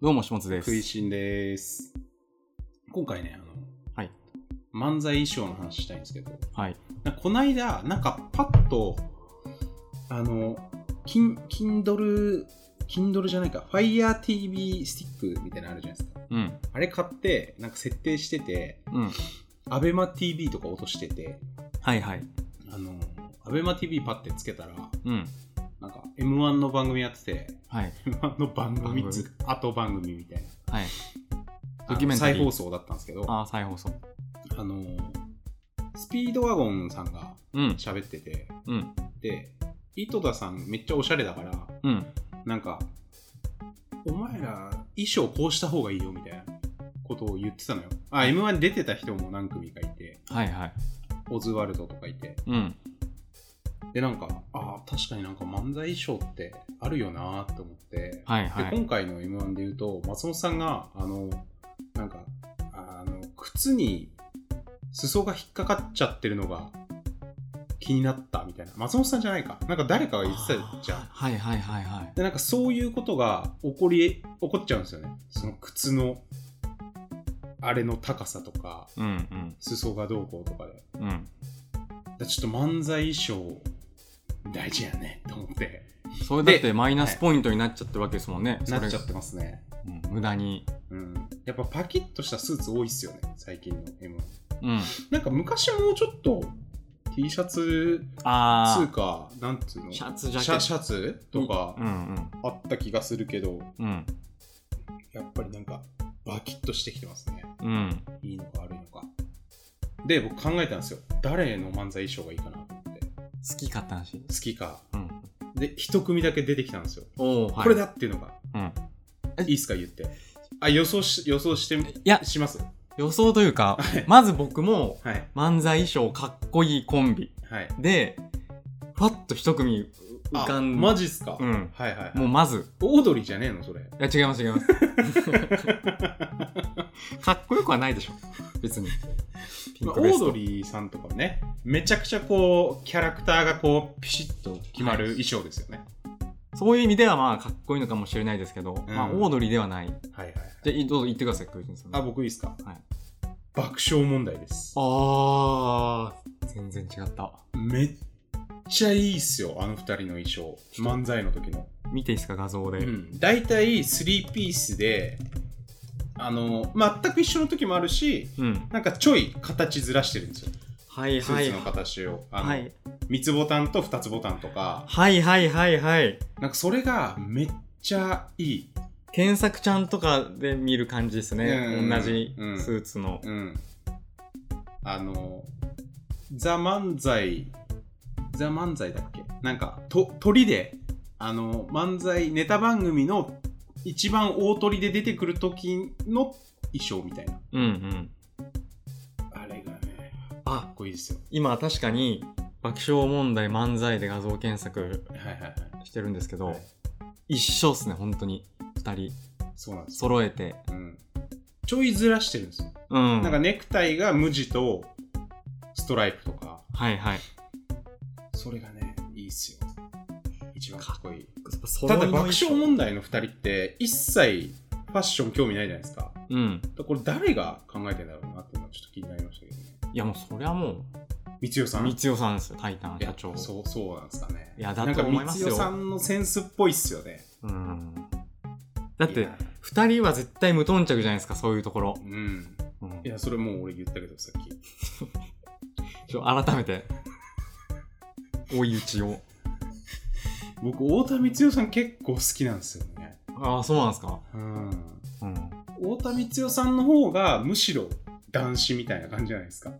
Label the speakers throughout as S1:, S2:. S1: どうも、しもつです。
S2: 食いしんです。今回ね、あの、
S1: はい
S2: 漫才衣装の話したいんですけど、
S1: はい。
S2: なんかこないだ、なんかパッと、あの、キン、キンドル、キンドルじゃないか、Fire TV スティックみたいなのあるじゃないですか。
S1: うん。
S2: あれ買って、なんか設定してて、
S1: うん。
S2: アベマ TV とか落としてて、
S1: はいはい。
S2: あの、アベマ TV パッてつけたら、
S1: うん。
S2: なんか M1 の番組やってて、
S1: はい。
S2: M1 の番組
S1: 番組
S2: つ、後番組みたいな。
S1: はい。
S2: あ
S1: ド
S2: の
S1: キュメンタリー
S2: 再放送だったんですけど、
S1: ああ、再放送。
S2: あのスピードワゴンさんが
S1: うん。
S2: 喋ってて、
S1: うん。
S2: で、井戸田さんめっちゃおしゃれだから、
S1: うん。
S2: なんか、お前ら衣装こうした方がいいよみたいなことを言ってたのよ。あ、M1 に出てた人も何組かいて、
S1: はいはい。
S2: オズワルドとかいて。
S1: うん。
S2: で、なんか、あー確かになんか漫才衣装ってあるよなーって思って、
S1: はいは
S2: で
S1: い。
S2: 今回の M1 で言うと、松本さんが、あの、なんか、あの、靴に裾が引っかかっちゃってるのが気になったみたいな。松本さんじゃないか。なんか誰かが言ってたじゃ
S1: あー
S2: ん。
S1: はいはいはいはい。
S2: で、なんかそういうことが起こり、起こっちゃうんですよね。その靴の、あれの高さとか、
S1: うん
S2: 裾がどうこうとかで。だか
S1: うん。うん。
S2: らちょっと漫才衣装、大事やね、と思って、
S1: それだってマイナスポイントになっちゃってるわけですもんね。それ
S2: なっちゃってますね。
S1: うん無駄に。
S2: うん。やっぱパキッとしたスーツ多いっすよね、最近の M1。
S1: うん。
S2: なんか昔もちょっと T シャツつう
S1: あ
S2: か、なんつう
S1: あ。
S2: の
S1: シ
S2: シ
S1: ャ
S2: ャ
S1: ツジャケット。
S2: シャツとか
S1: うん
S2: あった気がするけど、
S1: うん。
S2: やっぱりなんかバキッとしてきてますね。
S1: うん。うん。
S2: いいのか悪いのか。で、僕考えたんですよ。誰の漫才衣装がいいかなと思って。
S1: 好き勝手な話。
S2: 好きか。
S1: うん。
S2: で、一組だけ出てきたんですよ。
S1: おお、はい。
S2: これだっていうのが。
S1: うん。
S2: いいっすか言って。あ、予想し、予想してみ、
S1: や
S2: します。
S1: 予想というか
S2: はい、
S1: まず僕も
S2: はい。
S1: 漫才衣装かっこいいコンビ。
S2: はい。
S1: で、ふわっと一組
S2: あ
S1: 浮かん
S2: マジっすか、
S1: うん
S2: はいはい、はい。
S1: もうまず。
S2: オードリーじゃねえのそれ。
S1: いや、違います、違います。 かっこよくはないでしょ。別に。ピ
S2: ま
S1: ン
S2: あ
S1: ク
S2: オ
S1: ベス
S2: ー
S1: ト。
S2: ドリーさんとかね、めちゃくちゃこう、キャラクターがこう、ピシッと決まる衣装ですよね。
S1: そういう意味では、まあ、かっこいいのかもしれないですけど、まあ、
S2: うん
S1: オードリーではない。
S2: はいはいはい。
S1: じゃあ、いどうぞ言ってください、クイズさん。
S2: あ、僕いいですか
S1: はい。
S2: 爆笑問題です。
S1: あー、全然違った。
S2: めっちゃいいっすよ、あの二人の衣装。漫才の時の。
S1: 見ていいですか、画像で。
S2: うん。大体、スリーピースで、あの、全く一緒の時もあるし、
S1: うん。
S2: なんかちょい形ずらしてるんですよ。
S1: はい
S2: ス
S1: は
S2: ーツ
S1: い。
S2: の形を。あの、
S1: はい。
S2: 三つボタンと二つボタンとか。
S1: はいはいはいはい。
S2: なんかそれがめっちゃいい。
S1: 検索ちゃんとかで見る感じですね。
S2: うん
S1: 同じス
S2: うん
S1: ーツの。
S2: うん。あの、ザ・漫才、ザ・漫才だっけなんか、と、鳥で、あの、漫才、ネタ番組の一番大鳥で出てくる時の衣装みたいな。
S1: うんうん。
S2: あれがね、
S1: あ
S2: かっ、こいいですよ。
S1: 今確かに爆笑問題漫才で画像検索
S2: はいはいはい。
S1: してるんですけど、
S2: はい
S1: 一緒っすね本当に2人
S2: そうなんですよ。
S1: 揃えて
S2: うん。ちょいずらしてるんですよ。
S1: うん
S2: なんかネクタイが無地とストライプとか、
S1: はいはい
S2: それがね、いいっすよ。一番かっこいい。
S1: 揃
S2: た
S1: い
S2: だ
S1: の
S2: 爆
S1: 一緒
S2: 笑問題の2人って一切ファッション興味ないじゃないですか。だか
S1: うん
S2: らこれ誰が考えてんだろうなっていうのはちょっと気になりましたけどね。
S1: いやもうそりゃも
S2: 光代さ。
S1: うん光代さんですよタイタン
S2: いや
S1: 社長
S2: そう、そうなんですかね。
S1: いやだと思いますよ
S2: なんか光代さんのセンスっぽいっすよね。
S1: うんだっ
S2: い
S1: て
S2: や
S1: 2人は絶対無頓着じゃないですかそういうところ
S2: う、ん。
S1: うん
S2: いや、それもう俺言ったけどさっき。
S1: ちょ改めて追い打ちを
S2: 僕、太田光代さん結構好きなんですよね。
S1: ああそうなんですか
S2: う
S1: う
S2: ん。
S1: ん
S2: 太田光代さんの方がむしろ男子みたいな感じじゃな いですか。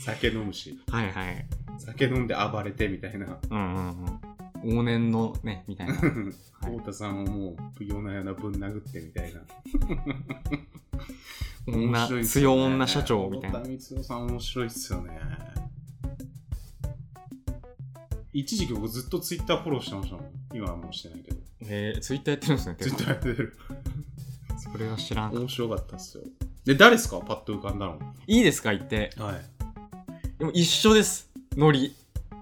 S2: 酒飲むし、
S1: はいはい
S2: 酒飲んで暴れてみたいな。
S1: うんうんうん往年のねみたい なはい
S2: 太田さんをもう夜な夜なぶん殴ってみたいな面白い
S1: 女
S2: っすよ
S1: 強
S2: ね
S1: 女社長みたいな
S2: 太田光代さん面白いっすよね一時期僕ずっとツイッターフォローしてましたもん今はもうしてないけど
S1: えー、ツイッターやってるんですね
S2: ツイッターやってる
S1: それは知らんかっ
S2: 面白かったっすよで誰っすかパッと浮かんだの
S1: たいいですか言って
S2: はい
S1: でも一緒ですノリ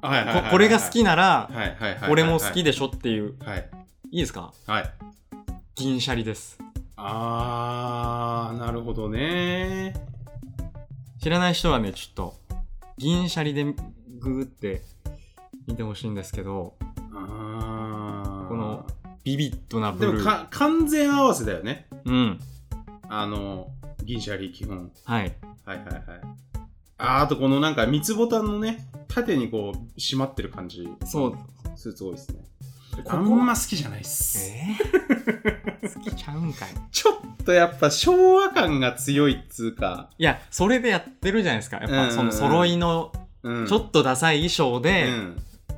S2: はいはいはいはい
S1: こ
S2: はい
S1: これが好きなら
S2: はいはいはいはい
S1: 俺も好きでしょっていう
S2: はい
S1: いいですか
S2: はい
S1: 銀シャリです。
S2: あー、なるほどね。
S1: 知らない人はね、ちょっと、銀シャリでグーって見てほしいんですけど、
S2: あー。
S1: この、ビビッドなブ
S2: で
S1: ル
S2: も
S1: ー。
S2: か完全合わせだよね。
S1: うん。
S2: あの、銀シャリ基本。
S1: はい。
S2: はいはいはい。あー、あとこのなんか三つボタンのね、縦にこう、締まってる感じ。
S1: そう。こ。
S2: スーツ多いですね。
S1: こ
S2: あんま好きじゃないっす。
S1: えー、好きちゃうんかい。
S2: ちょっとやっぱ昭和感が強いっつうか。
S1: いや、それでやってるじゃないですか。やっ
S2: うん
S1: ぱその揃いの、
S2: うん。
S1: ちょっとダサい衣装
S2: と
S1: で、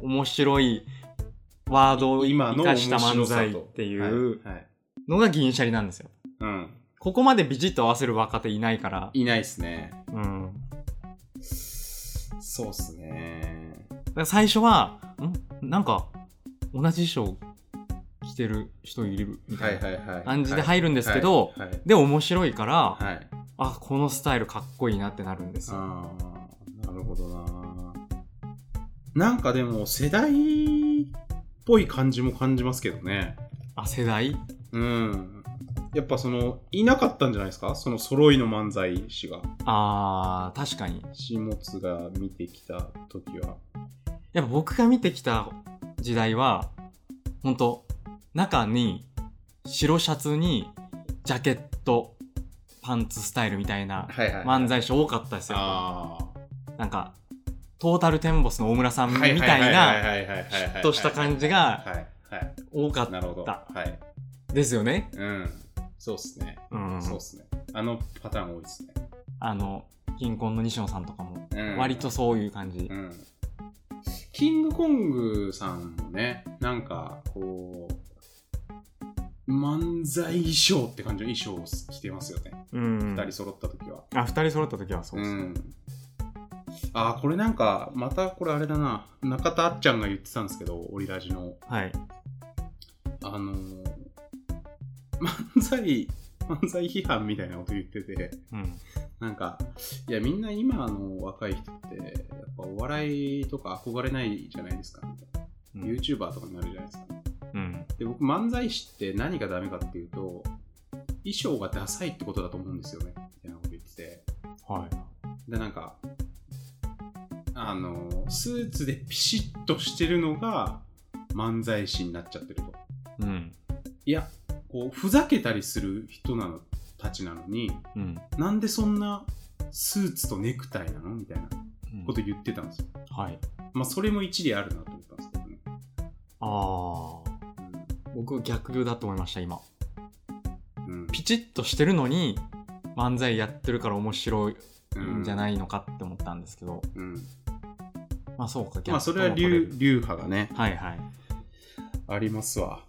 S1: 面白いワードを
S2: 今
S1: 生
S2: の
S1: かした漫才っ
S2: 面白さと
S1: ていう
S2: はい。はい
S1: のが銀シャリなんですよ。
S2: うん。
S1: ここまでビジッと合わせる若手いないから。
S2: いないっすね。
S1: うん。
S2: そうっすね。
S1: だから最初は、んなんか、同じ衣装着てる人いるみた
S2: はいいは
S1: ない
S2: はい。
S1: 感じで
S2: るん
S1: 入るんですけど、
S2: はい。はい
S1: で、面白いから、
S2: はい。
S1: あ、このスタイルかっこいいなってなるんですよ。
S2: ああ、なるほどな。なんかでも、世代っぽい感じも感じますけどね。
S1: あ、世代
S2: うん。やっぱその、いなかったんじゃないですかその揃いの漫才師が。
S1: あー、確かに。
S2: 下津が見てきた時は。
S1: やっぱ僕が見てきた時代は、ほんと、中に白シャツにジャケット、パンツスタイルみたいな
S2: はいはい
S1: 漫才師多かったですよ。
S2: あ
S1: なんか、トータルテンボスの大村さん
S2: あ。
S1: みたいな、
S2: な
S1: シュッとした感じが
S2: はいはい。
S1: 多かっ
S2: なるほど。
S1: た
S2: はい。
S1: ですよね。
S2: うん。そうっすね。
S1: うん。
S2: そうっすね。あのパターン多いっすね。
S1: あの、貧困の西野さんとかも、
S2: うん
S1: 割とそういう感じ
S2: う。ん。キングコングさんもね、なんか、こう、漫才衣装って感じの衣装を着てますよね。
S1: うん。
S2: 二人揃った時は。
S1: あ、二人揃った時はそう
S2: う
S1: ですね。
S2: ん。あーこれなんか、またこれあれだな。中田あっちゃんが言ってたんですけど、オリラジの。
S1: はい。
S2: あのー漫才、漫才批判みたいなこと言ってて、
S1: うん。
S2: なんか、いや、みんな今の若い人って、やっぱお笑いとか憧れないじゃないですか、
S1: うん
S2: YouTuber とかになるじゃないですか。
S1: うん。
S2: で、僕、漫才師って何がダメかっていうと、衣装がダサいってことだと思うんですよね。みたいなこと言ってて。
S1: はい。
S2: で、なんか、あのー、スーツでピシッとしてるのが漫才師になっちゃってると。
S1: うん。
S2: いや、こう、ふざけたりする人なの、たちなのに、
S1: うん。
S2: なんでそんなスーツとネクタイなのみたいな
S1: うん
S2: こと言ってたんですよ。
S1: はい。
S2: まあ、それも一理あるなと思ったんですけどね。
S1: ああ。僕逆だと思いました、今。
S2: うん。、
S1: ピチッとしてるのに、漫才やってるから面白いんじゃないいのかって思ったんですけど。
S2: うん、
S1: まあそうか、逆と
S2: まあ、それは
S1: も取
S2: 流
S1: る
S2: 流派がね、
S1: はいはい。
S2: ありますわ。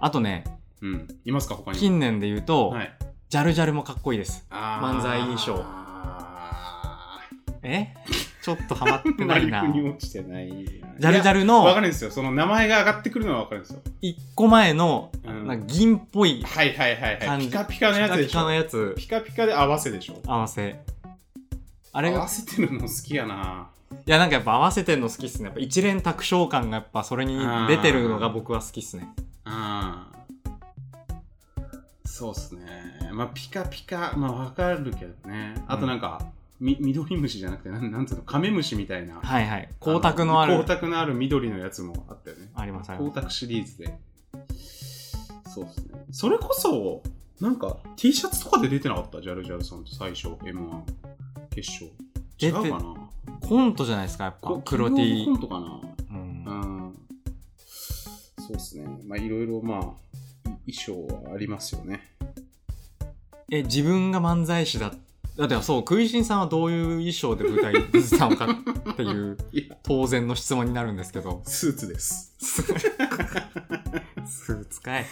S1: あとね、
S2: うん。いますか、他に。
S1: 近年で言うと、
S2: はい。
S1: ジャルジャルもかっこいいです。
S2: あー
S1: 漫才衣装
S2: あ
S1: えちょっとハマって
S2: ー
S1: な
S2: マ
S1: い
S2: リ
S1: な。
S2: クに
S1: ジ
S2: 落ちてない。ジ
S1: ャルジャ
S2: ル
S1: ル
S2: わか
S1: の
S2: るんですよ。その名前が上がってくるのはわかるんですよ。
S1: 一個前の、
S2: うん
S1: なんか銀っぽい、
S2: はいはいはいは
S1: 感
S2: い。
S1: じ
S2: ピカピカの
S1: ピ
S2: や
S1: カ
S2: つ
S1: ピ
S2: でし
S1: カ
S2: ょ
S1: の。やつ
S2: ピカピカで合わせでしょ。
S1: 合わせ。あ
S2: あ
S1: れ
S2: 合
S1: が
S2: わせてるの好きやな。
S1: いや、なんかやっぱ合わせてんの好きっすね。やっぱ一連卓勝感がやっぱそれに出てるのが僕は好きっすね。
S2: うん。そうっすね。まあ、ピカピカ、まあ、わかるけどね。あとなんか、み、緑虫じゃなくて、なん、なんつうの、カメムシみたいな。
S1: はいはい。光沢のある。
S2: 光沢のある緑のやつもあったよね。
S1: ありますありま
S2: 光
S1: す。
S2: 沢シリーズで。そうっすね。それこそ、なんか、T シャツとかで出てなかったジャルジャルさんと最初、M1 決勝。違
S1: 出て
S2: うかな
S1: コントじゃないですか、やっぱ
S2: こ。
S1: 黒 T
S2: キン。グオブコントかな
S1: うん
S2: うんそうですね。まあ、いろいろ、まあ、い衣装はありますよね。
S1: え、自分が漫才師だ。だってそう、食いしんさんはどういう衣装で舞台出てたのかっていう
S2: いや、。
S1: 当然の質問になるんですけど
S2: スーツです。
S1: スーツかい。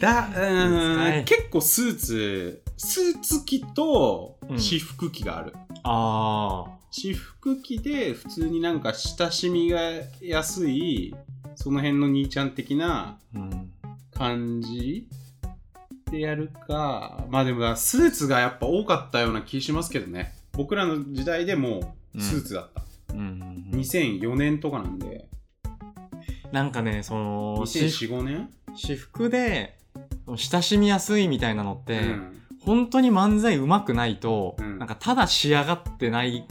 S2: だ、
S1: は
S2: うん、
S1: い
S2: 結構スーツ、スーツ着と
S1: うん
S2: 私服着がある。
S1: ああ。
S2: 私服着で、普通になんか親しみが安い、その辺の兄ちゃん的な
S1: うん。
S2: 感じでやるか、まあでも、スーツがやっぱ多かったような気しますけどね。僕らの時代でもうスーツだった。
S1: うんうんうん、
S2: 2004年とかなんで、
S1: なんかね、その、私
S2: 2045年
S1: 私服で親しみやすいみたいなのって、
S2: うん
S1: 本当に漫才上手くないと、
S2: うん
S1: なんかただ仕上がってない、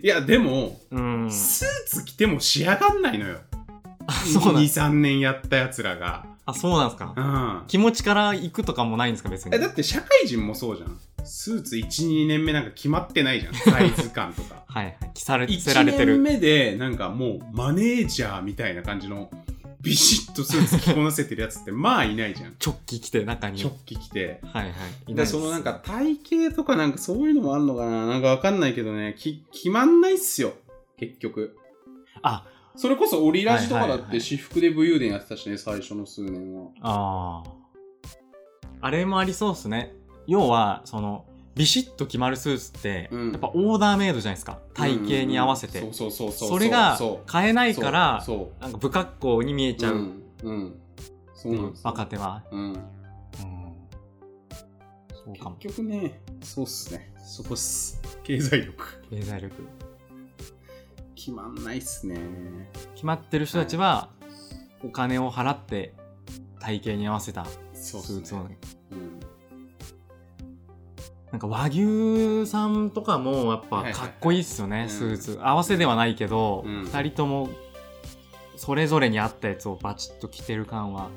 S2: いやでも、
S1: うん、
S2: スーツ着ても仕上がんないのよ
S1: あそうなん
S2: 23年やったやつらが
S1: あそうなんですか
S2: うん
S1: 気持ちから行くとかもないんですか別に
S2: えだって社会人もそうじゃんスーツ12年目なんか決まってないじ ゃんサイズ感とか
S1: はいはい着され着せら
S2: 1
S1: れて
S2: 年
S1: る
S2: 目でなんかもうマネージャーみたいな感じのビシッとスーツ着こなせてる やつってまあいないじゃん
S1: チョッキ着て中に
S2: 食器着て
S1: はいはいい
S2: で
S1: いです
S2: そのなんか体型とかなんかそういうのもあんのかななんかわかんないけどねき決まんないっすよ結局
S1: あ
S2: それこそオリラジとかだ
S1: はいは
S2: っ
S1: いは
S2: て
S1: い
S2: 私服で武勇伝やってたしね最初の数年は
S1: あああれもありそうですね要はそのビシッと決まるスーツって、
S2: うん
S1: やっぱオーダーメイドじゃないですか体型に合わせて、
S2: うんうんそうそうそうう
S1: それが
S2: そう
S1: 買えないから
S2: そうそう
S1: なんか不格好に見えちゃう、
S2: うん、うん、そうなんですよ
S1: バカ手は、
S2: うん、
S1: うん、そうかも
S2: 結局ねそうっすねそこっす経済力
S1: 経済力
S2: 決まんないっすね
S1: 決まってる人たちはお金を払って体型に合わせたス
S2: そうっす
S1: ー
S2: ね
S1: ツをね
S2: うん
S1: なんか和牛さんとかもやっぱ
S2: はいはい
S1: かっこいいっすよね、
S2: うん
S1: スーツ、合わせではないけど、
S2: うん
S1: 2人ともそれぞれに合ったやつをバチッと着てる感は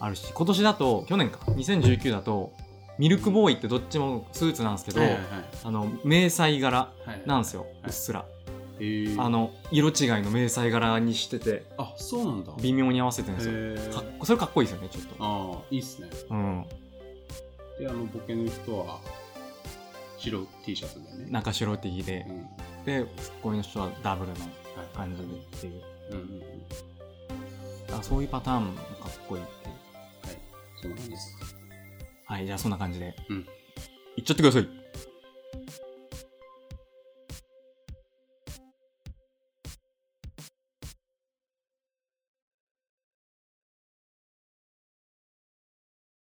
S1: あるし今年だと去年か2019だとミルクボーイってどっちもスーツなんですけど、
S2: はいはい
S1: あの迷彩柄
S2: はいはい
S1: なんですよ、う
S2: い
S1: っすら、
S2: へー
S1: あの色違いの迷彩柄にしてて
S2: あそうなんだ
S1: 微妙に合わせてるんですよ、
S2: へー
S1: かっこそれかっこいいですよねちょっと
S2: ああいいっすね
S1: うん
S2: であのボケの人は白 T シャツだよね
S1: 中白 T で
S2: う、ん
S1: でツッコミの人はダブルの
S2: はい
S1: 感じでっていう
S2: うんうんうん
S1: あそういうパターンもかっこいいっていう
S2: そうなんです
S1: はいじゃあそんな感じで、
S2: うん
S1: いっちゃってください